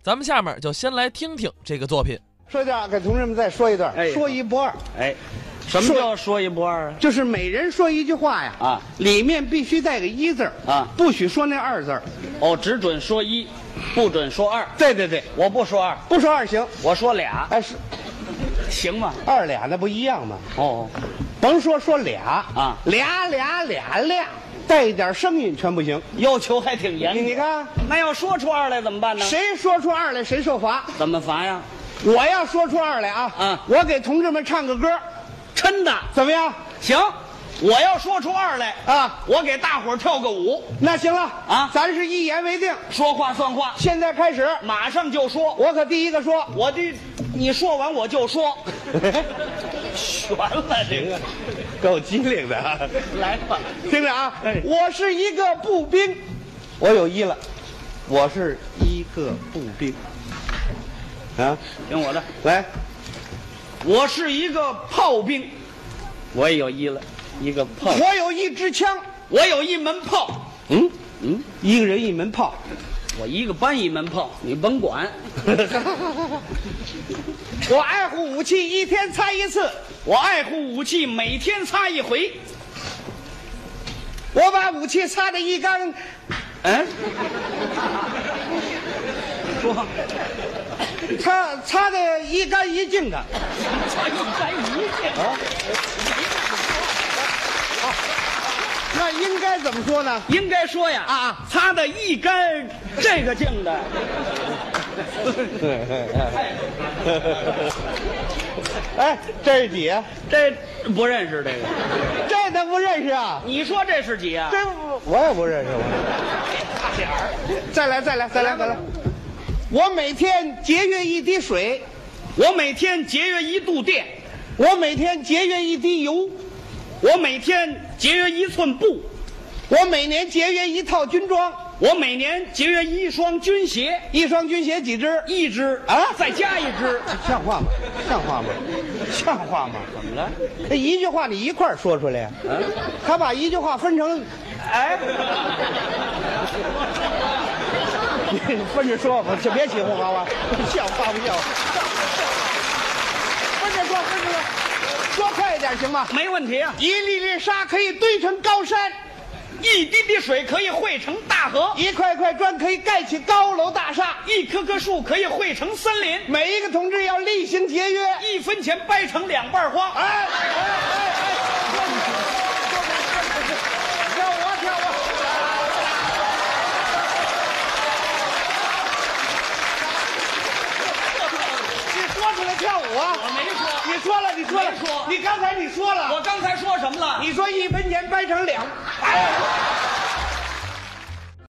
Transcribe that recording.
咱们下面就先来听听这个作品。说一段，给同志们再说一段，哎说一不二，哎，什么叫说一不二啊？就是每人说一句话呀，啊里面必须带个一字儿啊不许说那二字儿。哦，只准说一，不准说二。对对对，我不说二，不说二行，我说俩，哎是行吗？二俩那不一样吗？哦，甭说说俩啊啊，俩俩俩俩，带一点声音全不行。要求还挺严。你你，看，那要说出二来怎么办呢？谁说出二来谁受罚。怎么罚呀？我要说出二来啊，嗯我给同志们唱个歌，抻的怎么样？行。我要说出二来啊，我给大伙儿跳个舞，那行了啊咱是一言为定，说话算话，现在开始，马上就说。我可第一个说。我的，你说完我就说， 悬了这个，够机灵的、啊，来吧，听着啊哎，我是一个步兵，我有一了，我是一个步兵，啊，听我的。来，我是一个炮兵，我也有一了，一个炮，我有一支枪，我有一门炮，嗯嗯，一个人一门炮，我一个班一门炮，你甭管，我爱护武器，一天擦一次，我爱护武器，每天擦一回。我把武器擦得一干，嗯，说擦擦得一干一净的。哦这一干一净啊，那应该怎么说呢？应该说呀啊，擦的一干这个净的，哎，这是几？这不认识这个。这他不认识啊？你说这是几啊？这我也不认识，我大点儿，再来，再来，再来，再来。我每天节约一滴水，我每天节约一度电，我每天节约一滴油，我每天节约一寸布。我每年节约一套军装，我每年节约一双军鞋，一双军鞋几只？一只啊再加一只，像话吗？像话吗？像话吗？怎么了？那一句话你一块儿说出来呀、他把一句话分成，哎，分着说吧，就别起哄好吧？像话不像话？分着说，分着说，说快一点行吗？没问题啊！一粒粒沙可以堆成高山，一滴滴水可以汇成大河，一块块砖可以盖起高楼大厦。一棵棵树可以汇成森林，每一个同志要厉行节约。一分钱掰成两半花。哎哎哎哎！跳我跳我！你说出来跳舞啊！哎我没说，你说了，你说了，没说你刚才你说了，我刚才说什么了？你说一分钱掰成两，哎，